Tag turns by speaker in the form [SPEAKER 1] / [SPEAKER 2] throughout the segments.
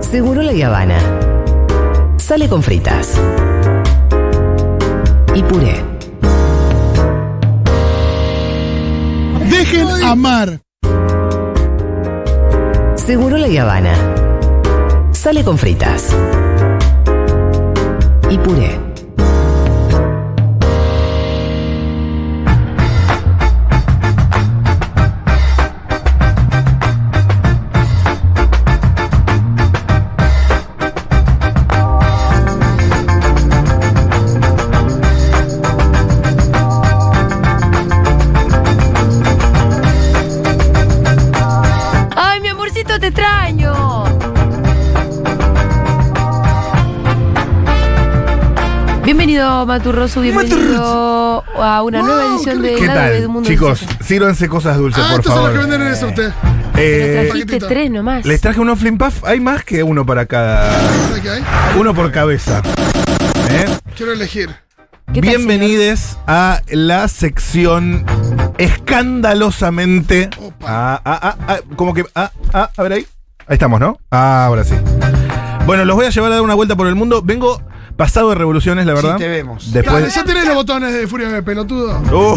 [SPEAKER 1] Seguro la Habana. Sale con fritas. Y puré.
[SPEAKER 2] Dejen amar.
[SPEAKER 1] Seguro la Habana. Sale con fritas. Y puré.
[SPEAKER 3] Ay, mi amorcito, te extraño. Bienvenido, Maturroso. Bienvenido a una nueva
[SPEAKER 2] Wow,
[SPEAKER 3] edición
[SPEAKER 2] qué
[SPEAKER 3] de
[SPEAKER 4] ¿Qué
[SPEAKER 3] Lado B del
[SPEAKER 4] tal?
[SPEAKER 3] Mundo.
[SPEAKER 4] Chicos,
[SPEAKER 3] Nos
[SPEAKER 4] sírvanse cosas dulces,
[SPEAKER 2] Ah,
[SPEAKER 4] por
[SPEAKER 2] estos son los
[SPEAKER 4] favor.
[SPEAKER 2] que venden en el sorteo.
[SPEAKER 4] Eh,
[SPEAKER 3] trajiste
[SPEAKER 2] paquetito.
[SPEAKER 3] tres nomás.
[SPEAKER 4] les traje unos flimpaf. Hay más que uno para cada.
[SPEAKER 2] ¿Sabes qué hay?
[SPEAKER 4] Uno por cabeza. ¿Eh?
[SPEAKER 2] Quiero elegir.
[SPEAKER 3] ¿Qué tal,
[SPEAKER 4] Bienvenides a la sección escandalosamente.
[SPEAKER 2] Opa.
[SPEAKER 4] Ah, ah, ah, ah, como que. Ah, ah, a ver ahí. Ahí estamos, ¿no? Ah, ahora sí. Bueno, los voy a llevar a dar una vuelta por el mundo. Vengo pasado de revoluciones, la verdad.
[SPEAKER 5] Sí, te vemos.
[SPEAKER 2] Dale,
[SPEAKER 4] Después.
[SPEAKER 2] ya tenés los botones de Furia de pelotudo.
[SPEAKER 4] ¡Oh!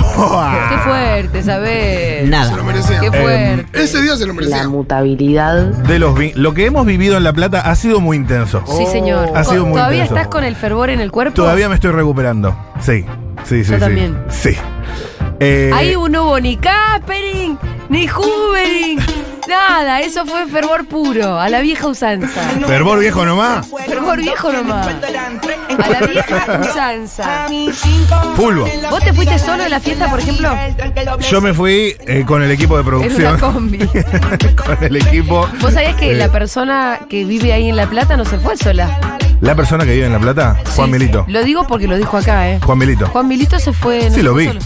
[SPEAKER 3] Qué fuerte, ¿sabés?
[SPEAKER 2] Se lo
[SPEAKER 5] Nada.
[SPEAKER 2] merecía.
[SPEAKER 3] Qué
[SPEAKER 4] Eh,
[SPEAKER 3] fuerte.
[SPEAKER 2] Ese día se lo merecía.
[SPEAKER 1] mutabilidad.
[SPEAKER 4] De los vi- lo que hemos vivido en La Plata ha sido muy intenso.
[SPEAKER 2] Oh,
[SPEAKER 3] Sí, señor.
[SPEAKER 4] oh, Ha sido
[SPEAKER 3] Co-
[SPEAKER 4] muy
[SPEAKER 3] ¿Todavía
[SPEAKER 4] intenso.
[SPEAKER 3] estás con el fervor en el cuerpo?
[SPEAKER 4] Todavía me estoy recuperando. Sí, sí, sí.
[SPEAKER 3] Yo
[SPEAKER 4] sí.
[SPEAKER 3] también.
[SPEAKER 4] Sí. Eh,
[SPEAKER 3] Ahí uno hubo ni Caspering, ni Hoovering, nada. Eso fue fervor puro, a la vieja usanza.
[SPEAKER 4] Fervor viejo nomás.
[SPEAKER 3] Fervor viejo nomás. A la vieja usanza.
[SPEAKER 4] Fulvo.
[SPEAKER 3] ¿Vos te fuiste solo de la fiesta, por ejemplo?
[SPEAKER 4] Yo me fui eh, con el equipo de
[SPEAKER 3] En
[SPEAKER 4] producción.
[SPEAKER 3] una combi.
[SPEAKER 4] con el equipo.
[SPEAKER 3] ¿Vos sabías que
[SPEAKER 4] Eh,
[SPEAKER 3] la persona que vive ahí en La Plata no se fue sola?
[SPEAKER 4] la persona que vive en La Plata? Juan
[SPEAKER 3] Sí.
[SPEAKER 4] Milito.
[SPEAKER 3] Lo digo porque lo dijo acá, ¿eh?
[SPEAKER 4] Juan Milito.
[SPEAKER 3] Juan Milito se fue. no
[SPEAKER 4] Sí,
[SPEAKER 3] se
[SPEAKER 4] lo
[SPEAKER 3] fue
[SPEAKER 4] vi.
[SPEAKER 3] solo.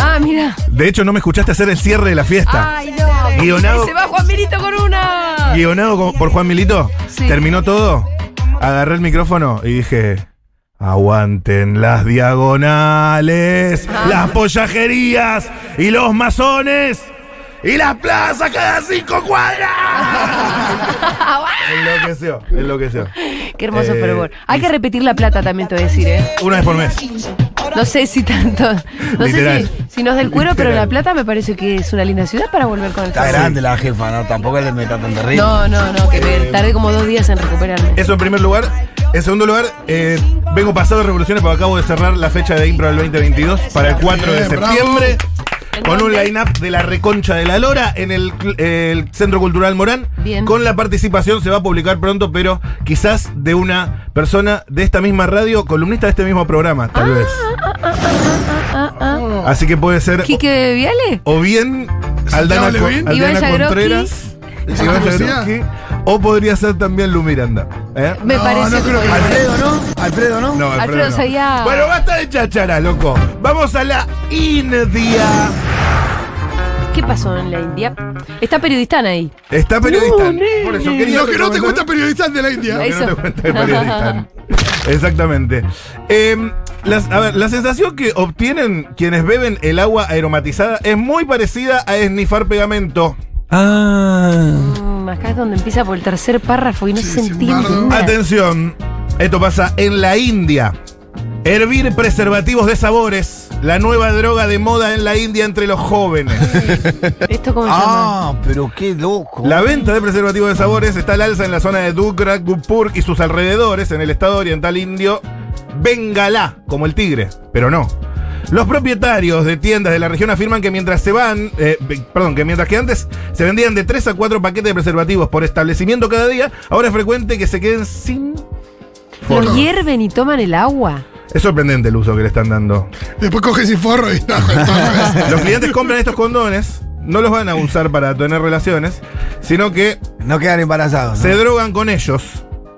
[SPEAKER 3] Ah, mira.
[SPEAKER 4] De hecho, no me escuchaste hacer el cierre de la fiesta.
[SPEAKER 3] Ay, no.
[SPEAKER 4] Guionado-
[SPEAKER 3] Se va Juan Milito con una.
[SPEAKER 4] Guionado con- por Juan Milito.
[SPEAKER 3] Sí.
[SPEAKER 4] Terminó todo. Agarré el micrófono y dije. Aguanten las diagonales, las pollajerías y los masones y las plazas cada cinco cuadras. enloqueció, enloqueció.
[SPEAKER 3] Ah, Qué hermoso
[SPEAKER 4] Eh,
[SPEAKER 3] fervor. Hay que repetir La Plata también, te voy a decir, ¿eh?
[SPEAKER 4] Una vez por mes.
[SPEAKER 3] No sé si tanto. No
[SPEAKER 4] Literal.
[SPEAKER 3] sé si, si nos del cuero, pero La
[SPEAKER 4] Literal.
[SPEAKER 3] Plata me parece que es una linda ciudad para volver con el
[SPEAKER 5] Está
[SPEAKER 3] fervor.
[SPEAKER 5] grande la jefa, ¿no? Tampoco le meta tan terrible.
[SPEAKER 3] No, no, no, que
[SPEAKER 2] Eh,
[SPEAKER 3] me tardé como dos días en recuperarme.
[SPEAKER 4] Eso en primer lugar. En segundo lugar, eh, vengo pasado de revoluciones porque acabo de cerrar la fecha de Impro del 2022 para el 4 de
[SPEAKER 2] Bien, bravo.
[SPEAKER 4] septiembre. Con un
[SPEAKER 3] dónde?
[SPEAKER 4] line-up de la Reconcha de la Lora en el, cl- el Centro Cultural Morán.
[SPEAKER 3] Bien.
[SPEAKER 4] Con la participación, se va a publicar pronto, pero quizás de una persona de esta misma radio, columnista de este mismo programa, tal vez.
[SPEAKER 3] Ah, ah.
[SPEAKER 2] Oh.
[SPEAKER 4] Así que puede ser
[SPEAKER 3] ¿Quique Viale?
[SPEAKER 4] o bien Aldana,
[SPEAKER 2] Santiago
[SPEAKER 4] Co-
[SPEAKER 2] Levin.
[SPEAKER 4] Aldana
[SPEAKER 3] Iván Jagroski.
[SPEAKER 4] Contreras,
[SPEAKER 2] Esa
[SPEAKER 4] Iván
[SPEAKER 2] Lucía.
[SPEAKER 4] Jagroski, o podría ser también Lu Miranda. ¿eh?
[SPEAKER 3] Me
[SPEAKER 2] No,
[SPEAKER 3] parece
[SPEAKER 2] no
[SPEAKER 3] que
[SPEAKER 2] creo que-
[SPEAKER 3] podría.
[SPEAKER 5] Alfredo, ¿no? Alfredo, ¿no?
[SPEAKER 4] No,
[SPEAKER 3] Alfredo
[SPEAKER 4] no.
[SPEAKER 3] Sayá.
[SPEAKER 4] Bueno, basta de chachara, loco. Vamos a la India.
[SPEAKER 3] ¿Qué pasó en la India? Está periodistana ahí.
[SPEAKER 4] Está periodista. por eso
[SPEAKER 2] Y
[SPEAKER 4] quería
[SPEAKER 2] Lo que no te
[SPEAKER 4] recomendar-
[SPEAKER 2] cuesta periodistas de la
[SPEAKER 4] Lo
[SPEAKER 2] India.
[SPEAKER 4] que no
[SPEAKER 3] Eso.
[SPEAKER 4] te cuenta el periodista. Exactamente. Em, las- a ver, la sensación que obtienen quienes beben el agua aromatizada es muy parecida a esnifar pegamento.
[SPEAKER 5] Ah.
[SPEAKER 3] Mm, acá es donde empieza por el tercer párrafo y no
[SPEAKER 2] Sí,
[SPEAKER 3] se
[SPEAKER 2] sin
[SPEAKER 3] entiende.
[SPEAKER 2] embargo.
[SPEAKER 3] nada.
[SPEAKER 4] Atención, esto pasa en la India. Hervir preservativos de sabores, la nueva droga de moda en la India entre los jóvenes.
[SPEAKER 3] ¿Esto cómo se llama?
[SPEAKER 5] Ah, pero qué loco.
[SPEAKER 4] La venta de preservativos de sabores está al alza en la zona de Dukra, Gupur y sus alrededores, en el estado oriental indio Bengalá, como el tigre, pero no. Los propietarios de tiendas de la región afirman que mientras se van, eh, be- perdón, que mientras que antes se vendían de 3 a 4 paquetes de preservativos por establecimiento cada día, ahora es frecuente que se queden sin.
[SPEAKER 3] Los hierven y toman el agua.
[SPEAKER 4] Es sorprendente el uso que le están dando.
[SPEAKER 2] Después coges sin forro y no, no, no.
[SPEAKER 4] Los clientes compran estos condones, no los van a usar para tener relaciones, sino que
[SPEAKER 5] No quedan embarazados.
[SPEAKER 4] Se drogan con ellos.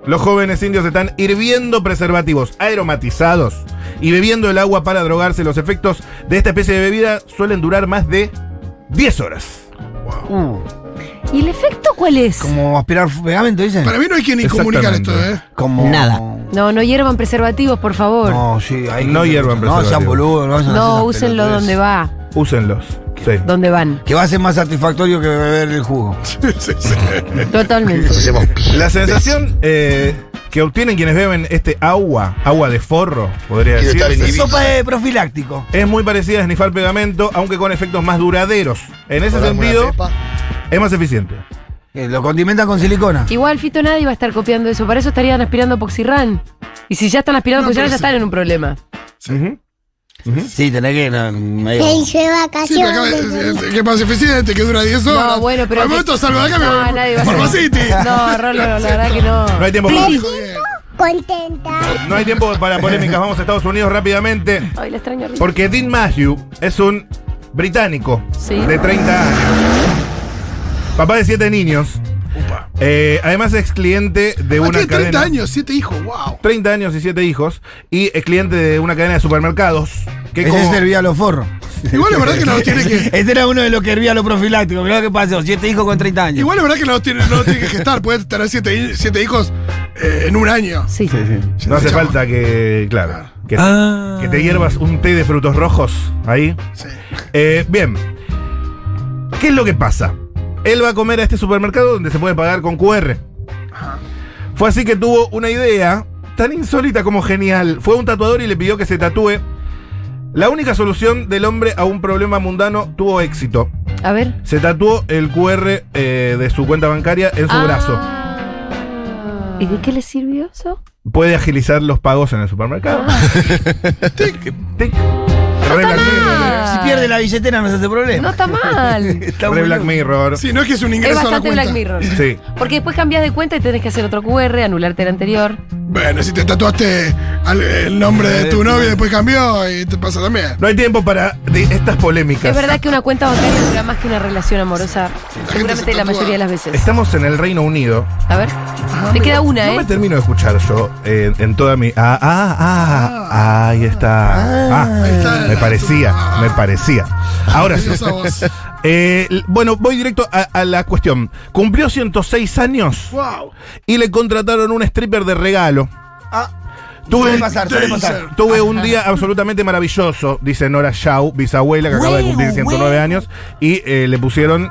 [SPEAKER 4] Los jóvenes indios están hirviendo preservativos aromatizados y bebiendo el agua para drogarse. Los efectos de esta especie de bebida suelen durar más de 10 horas.
[SPEAKER 5] ¿no? Uh,
[SPEAKER 3] ¿Y el efecto cuál es?
[SPEAKER 5] como aspirar pegamento, dicen.
[SPEAKER 2] Para mí no hay que ni comunicar esto, ¿eh?
[SPEAKER 5] Como.
[SPEAKER 6] Nada.
[SPEAKER 3] No, no hiervan preservativos, por favor.
[SPEAKER 5] No, sí, hay
[SPEAKER 4] No
[SPEAKER 5] que-
[SPEAKER 4] hiervan
[SPEAKER 5] No sean
[SPEAKER 4] preservativo.
[SPEAKER 5] boludos, no
[SPEAKER 3] No, úsenlo donde va.
[SPEAKER 4] Úsenlos. Sí.
[SPEAKER 3] ¿Dónde van?
[SPEAKER 5] Que va a ser más satisfactorio que beber el jugo.
[SPEAKER 2] ¿eh? Sí, sí.
[SPEAKER 3] Totalmente.
[SPEAKER 4] La sensación eh, que obtienen quienes beben este agua, agua de forro, podría
[SPEAKER 6] Quiero
[SPEAKER 4] decir,
[SPEAKER 6] estar en Ibiza.
[SPEAKER 5] Sopa de profiláctico.
[SPEAKER 4] es muy parecida a snifar pegamento, aunque con efectos más duraderos. En ese
[SPEAKER 6] Hola, buena
[SPEAKER 4] sentido,
[SPEAKER 6] pepa.
[SPEAKER 4] es más eficiente.
[SPEAKER 5] Eh, Lo condimentan con silicona.
[SPEAKER 3] Igual Fito nadie va a estar copiando eso. Para eso estarían aspirando Poxirran. Y si ya están aspirando
[SPEAKER 2] No,
[SPEAKER 3] Poxirran,
[SPEAKER 2] pero
[SPEAKER 3] ya
[SPEAKER 2] sí.
[SPEAKER 3] están en un problema.
[SPEAKER 5] Sí, tenés que. no, medio-
[SPEAKER 7] Se hizo de
[SPEAKER 2] Sí, pero acá,
[SPEAKER 7] vacaciones.
[SPEAKER 2] eh, eh, que más eficiente, que dura 10 horas.
[SPEAKER 3] No, bueno, pero.
[SPEAKER 2] Al momento salgo de acá, me
[SPEAKER 3] No,
[SPEAKER 2] voy
[SPEAKER 3] nadie va
[SPEAKER 2] a
[SPEAKER 3] a
[SPEAKER 2] Formacity.
[SPEAKER 3] hacer- No, Rolo, la verdad que no.
[SPEAKER 4] No hay tiempo para,
[SPEAKER 3] Priti.
[SPEAKER 2] Jodiendo.
[SPEAKER 7] Contenta.
[SPEAKER 4] no hay tiempo para polémicas. Vamos a Estados Unidos rápidamente.
[SPEAKER 3] Ay, la extraño horrible.
[SPEAKER 4] Porque Dean Matthew es un británico
[SPEAKER 3] Sí.
[SPEAKER 4] de 30 años. Papá de 7 niños. Eh, además es cliente de
[SPEAKER 2] Ah,
[SPEAKER 4] una
[SPEAKER 2] tiene 30
[SPEAKER 4] cadena.
[SPEAKER 2] años, 7 hijos, wow.
[SPEAKER 4] 30 años y 7 hijos. Y es cliente de una cadena de supermercados. Que
[SPEAKER 5] Ese
[SPEAKER 4] como-
[SPEAKER 5] servía a los forros.
[SPEAKER 2] Igual es verdad que no lo tiene que.
[SPEAKER 5] Este era uno de los que hervía a los profilácticos. Mirá lo que pasó. Siete hijos con 30 años.
[SPEAKER 2] Igual es verdad que no lo tiene, no lo tiene que gestar, puede tener 7 hijos eh, en un año.
[SPEAKER 3] Sí.
[SPEAKER 4] no hace falta que. Claro. Que,
[SPEAKER 5] Ah.
[SPEAKER 4] que te hiervas un té de frutos rojos ahí.
[SPEAKER 2] Sí.
[SPEAKER 4] Eh, bien. ¿Qué es lo que pasa? Él va a comer a este supermercado donde se puede pagar con QR. Fue así que tuvo una idea tan insólita como genial. Fue a un tatuador y le pidió que se tatúe. La única solución del hombre a un problema mundano tuvo éxito.
[SPEAKER 3] A ver.
[SPEAKER 4] Se tatuó el QR eh, de su cuenta bancaria en su
[SPEAKER 3] Ah.
[SPEAKER 4] brazo.
[SPEAKER 3] ¿Y de qué le sirvió eso?
[SPEAKER 4] Puede agilizar los pagos en el supermercado. tic, tic. Re Black Mirror. eh.
[SPEAKER 5] Si pierde la billetera no se hace problema.
[SPEAKER 3] No está mal.
[SPEAKER 5] Está
[SPEAKER 4] Ah. Re
[SPEAKER 5] bueno.
[SPEAKER 4] Black Mirror.
[SPEAKER 2] Sí, no es que es un
[SPEAKER 3] es
[SPEAKER 2] ingreso a la
[SPEAKER 3] bastante
[SPEAKER 2] cuenta.
[SPEAKER 3] Black Mirror.
[SPEAKER 4] Sí.
[SPEAKER 3] Porque después cambias de cuenta y tenés que hacer otro QR, anularte el anterior.
[SPEAKER 2] Bueno, si te tatuaste al- el nombre de tu novio y después cambió y te pasa también.
[SPEAKER 4] No hay tiempo para de- estas polémicas.
[SPEAKER 3] Es verdad que una cuenta bancaria dura más que una relación amorosa.
[SPEAKER 2] se
[SPEAKER 3] Seguramente la
[SPEAKER 2] tatúa.
[SPEAKER 3] mayoría de las veces.
[SPEAKER 4] Estamos en el Reino Unido.
[SPEAKER 3] A ver. Te queda una,
[SPEAKER 4] No me
[SPEAKER 3] ¿eh?
[SPEAKER 4] termino de escuchar yo eh, en toda mi. Ah, ah, ah, ah, ahí está. Ah,
[SPEAKER 2] Ahí está.
[SPEAKER 4] me parecía, me parecía. Ahora sí.
[SPEAKER 2] Esa voz.
[SPEAKER 4] Eh, l- bueno, voy directo a, a la cuestión. Cumplió 106 años
[SPEAKER 2] Wow.
[SPEAKER 4] y le contrataron un stripper de regalo. Tuve,
[SPEAKER 5] Suele
[SPEAKER 4] un-
[SPEAKER 5] pasar, suele pasar.
[SPEAKER 4] tuve un día absolutamente maravilloso, dice Nora Shaw, bisabuela que acaba de cumplir 109 años, y eh, le pusieron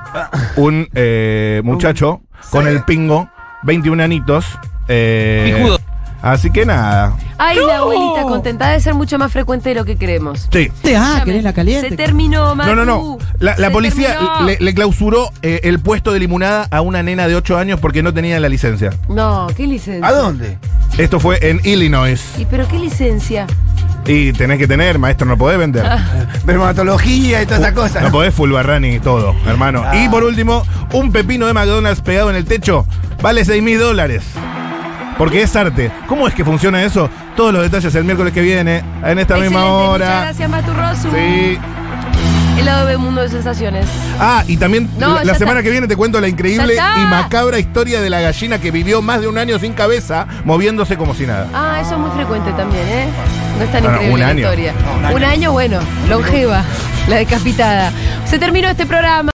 [SPEAKER 4] un eh, muchacho con el pingo, 21 anitos. eh, así que nada.
[SPEAKER 3] Ay, la abuelita contenta de ser mucho más frecuente de lo que creemos.
[SPEAKER 4] Sí.
[SPEAKER 8] Ah, querés la
[SPEAKER 3] Se
[SPEAKER 8] caliente.
[SPEAKER 3] terminó, Manu.
[SPEAKER 4] No, no, no. La, la
[SPEAKER 3] Se
[SPEAKER 4] policía
[SPEAKER 3] terminó.
[SPEAKER 4] le, le clausuró eh, el puesto de limonada a una nena de 8 años porque no tenía la licencia.
[SPEAKER 3] No, ¿qué licencia?
[SPEAKER 5] ¿A dónde?
[SPEAKER 4] Esto fue en Illinois.
[SPEAKER 3] ¿Y pero qué licencia?
[SPEAKER 4] Y tenés que tener, maestro, no podés vender.
[SPEAKER 5] Dermatología y todas esas cosas.
[SPEAKER 4] No podés full barrani y todo, hermano. Y por último, un pepino de McDonald's pegado en el techo vale 6 mil dólares. Porque es arte. ¿Cómo es que funciona eso? Todos los detalles el miércoles que viene, en esta
[SPEAKER 3] Excelente,
[SPEAKER 4] misma
[SPEAKER 3] Muchas
[SPEAKER 4] hora.
[SPEAKER 3] gracias, Maturrosu.
[SPEAKER 4] Sí.
[SPEAKER 3] El lado B mundo de sensaciones.
[SPEAKER 4] Ah, y también
[SPEAKER 3] No,
[SPEAKER 4] la,
[SPEAKER 3] ya
[SPEAKER 4] la
[SPEAKER 3] está.
[SPEAKER 4] semana que viene te cuento la increíble
[SPEAKER 3] Ya está.
[SPEAKER 4] y macabra historia de la gallina que vivió más de un año sin cabeza, moviéndose como si nada.
[SPEAKER 3] Ah, eso es muy frecuente también, ¿eh? No es tan
[SPEAKER 4] Bueno,
[SPEAKER 3] increíble
[SPEAKER 4] un
[SPEAKER 3] la
[SPEAKER 4] año.
[SPEAKER 3] historia. un año, bueno, longeva, la decapitada. Se terminó este programa.